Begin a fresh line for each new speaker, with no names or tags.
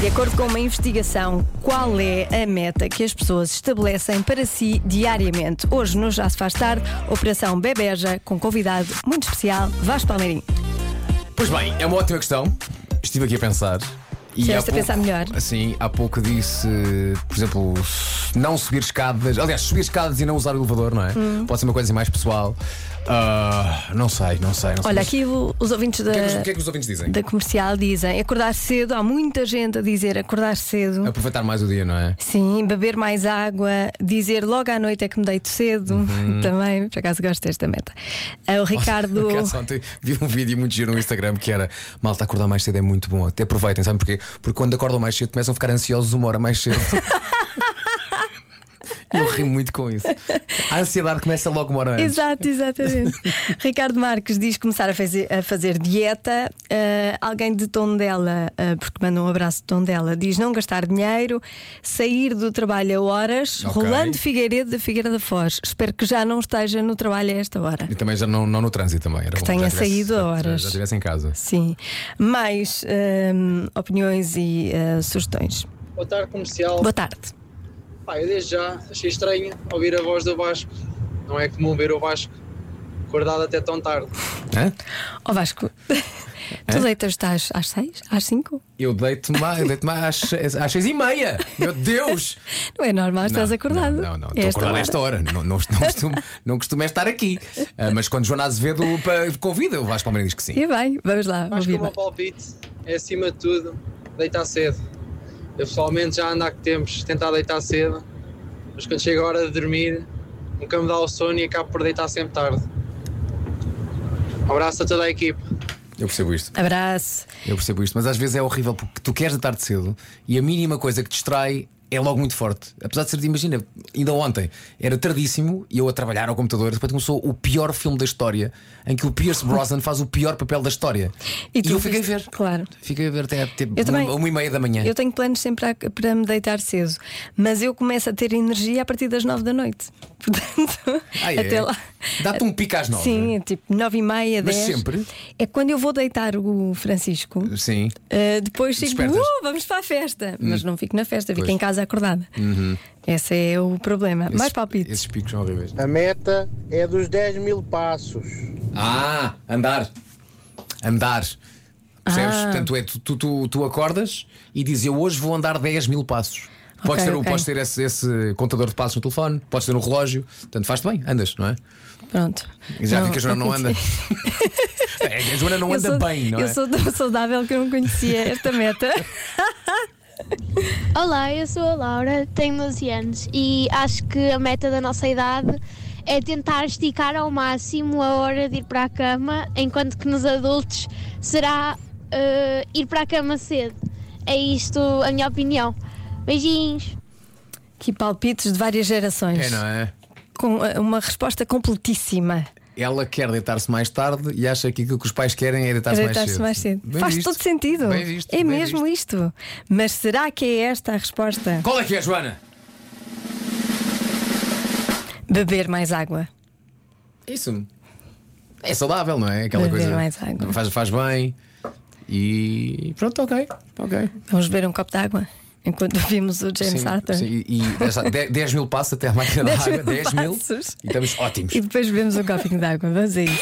De acordo com uma investigação, qual é a meta que as pessoas estabelecem para si diariamente? Hoje, no Já Se Faz Tarde, Operação Bebeja, com convidado muito especial, Vasco Palmeirinho.
Pois bem, é uma ótima questão. Estive aqui a pensar. E
Estiveste
há
a pensar
pouco-
melhor.
Sim, há pouco disse, por exemplo, não subir escadas. Aliás, subir escadas e não usar o elevador, não é?
Hum.
Pode ser uma coisa assim mais pessoal. Ah, não sei, não sei,
Olha, eh,
não sei. Mas
aqui o- os ouvintes da,
O que, é que os, o que é que os ouvintes dizem?
da comercial dizem acordar cedo, há muita gente a dizer acordar cedo.
Aproveitar mais o dia, não é?
Sim, beber mais água, dizer logo à noite é que me deito cedo. Também, por acaso gosto desta meta. Ah, O Ricardo.
Uhum. Por acaso, ontem vi um vídeo muito giro no Instagram que era malta acordar mais cedo é muito bom. Até aproveitem, sabem porquê? Porque quando acordam mais cedo começam a ficar ansiosos uma hora mais cedo. Eu ri muito com isso. A ansiedade começa logo uma hora antes.
Exato, exatamente. Ricardo Marques diz começar a fazer, a fazer dieta. Ah, alguém de Tondela, ah, porque mandou um abraço de Tondela, diz não gastar dinheiro, sair do trabalho a horas.
Ok.
Rolando Figueiredo da Figueira da Foz. Espero que já não esteja no trabalho a esta hora.
E também já não, não no trânsito também. Era que
tenha saído a horas.
Já estivesse em casa.
Sim. Mais ah, opiniões e ah, sugestões.
Boa tarde, comercial.
Boa tarde.
Pá, eu desde já achei estranho ouvir a voz do Vasco. Não é comum ver o Vasco acordado até tão tarde.
Hã?
Ó Vasco, tu deitas-te às, às seis? Às cinco?
Eu deito-me lá- eu deito-me às, seis- às seis e meia. Meu Deus!
Não é normal, estás
Não,
acordado.
Não, não, não.
É
Estou acordado a esta hora. Não, não, não, costumo, não costumo é estar aqui. Ah, mas quando Joana Azevedo pa- convida, o Vasco Palmeira diz que sim.
E bem, vamos lá,
Acho que
ouvir
o meu
mais.
palpite é, acima de tudo, deitar cedo. Eu pessoalmente já ando há que tempos tentar deitar cedo, mas quando chega a hora de dormir, nunca me dá o sono e acabo por deitar sempre tarde. Um abraço a toda a equipe.
Eu percebo isto.
Abraço.
Eu percebo isto. Mas às vezes é horrível porque tu queres deitar-te cedo e a mínima coisa que te distrai. É logo muito forte. Apesar de ser, imagina, ainda ontem era tardíssimo e eu a trabalhar ao computador, de repente começou o pior filme da história, em que o Pierce Brosnan faz o pior papel da história.
E tu
eu fiquei a
viste-
ver.
claro.
Fiquei a ver até, até
Eu também-
uma, uma e meia da manhã.
Eu tenho planos sempre a- para me deitar cedo, mas eu começo a ter energia a partir das nove da noite. Portanto,
Ah, é?
até lá.
Dá-te um pico às nove.
Sim, é tipo nove e meia,
Mas
dez.
sempre?
É quando eu vou deitar o Francisco.
Sim.
uh, depois fico,
Eh, Despertas. Hum.
"Uh, vamos para a festa. Mas não fico na festa, fico
Pois. Uhum.
em casa acordada. Esse é o problema. Mais
Esses-
palpites.
Esses picos são horríveis.
A meta é dos 10 mil passos.
Ah, andar. Andar. Percebes?
Ah.
Portanto, é tu, tu, tu, tu acordas e dizes eu hoje vou andar 10 mil passos. Podes
Ok,
ter,
ok.
podes ter esse, esse contador de passos no telefone, podes ter um relógio, portanto faz-te bem, andas, não é?
Pronto.
E já vi que a Joana não anda. É, a Joana não
eu
anda
sou,
bem, não
eu
é?
sou tão saudável que eu não conhecia esta meta.
Olá, eu sou a Laura, tenho 12 anos e acho que a meta da nossa idade é tentar esticar ao máximo a hora de ir para a cama, enquanto que nos adultos será eh, ir para a cama cedo. É isto a minha opinião. Beijinhos!
Que palpites de várias gerações.
É, não é?
Com eh, uma resposta completíssima.
Ela quer deitar-se mais tarde e acha que aquilo que os pais querem é deitar-se mais cedo.
Deitar-se mais cedo.
Bem
Faz
visto.
todo sentido.
Bem visto,
é
bem
mesmo
visto.
isto. Mas será que é esta a resposta?
Qual é que é, Joana?
Beber mais água.
Isso é saudável, não é? Aquela
Beber
coisa.
mais água.
Faz, faz bem. E pronto, ok. Ok.
Vamos beber um copo de água enquanto vimos o James
sim,
Arthur.
sim, e 10, mil passos até a máquina da
10
água.
mil
10 mil.
passos.
E estamos ótimos.
E depois bebemos um copinho de água. Vamos a isso.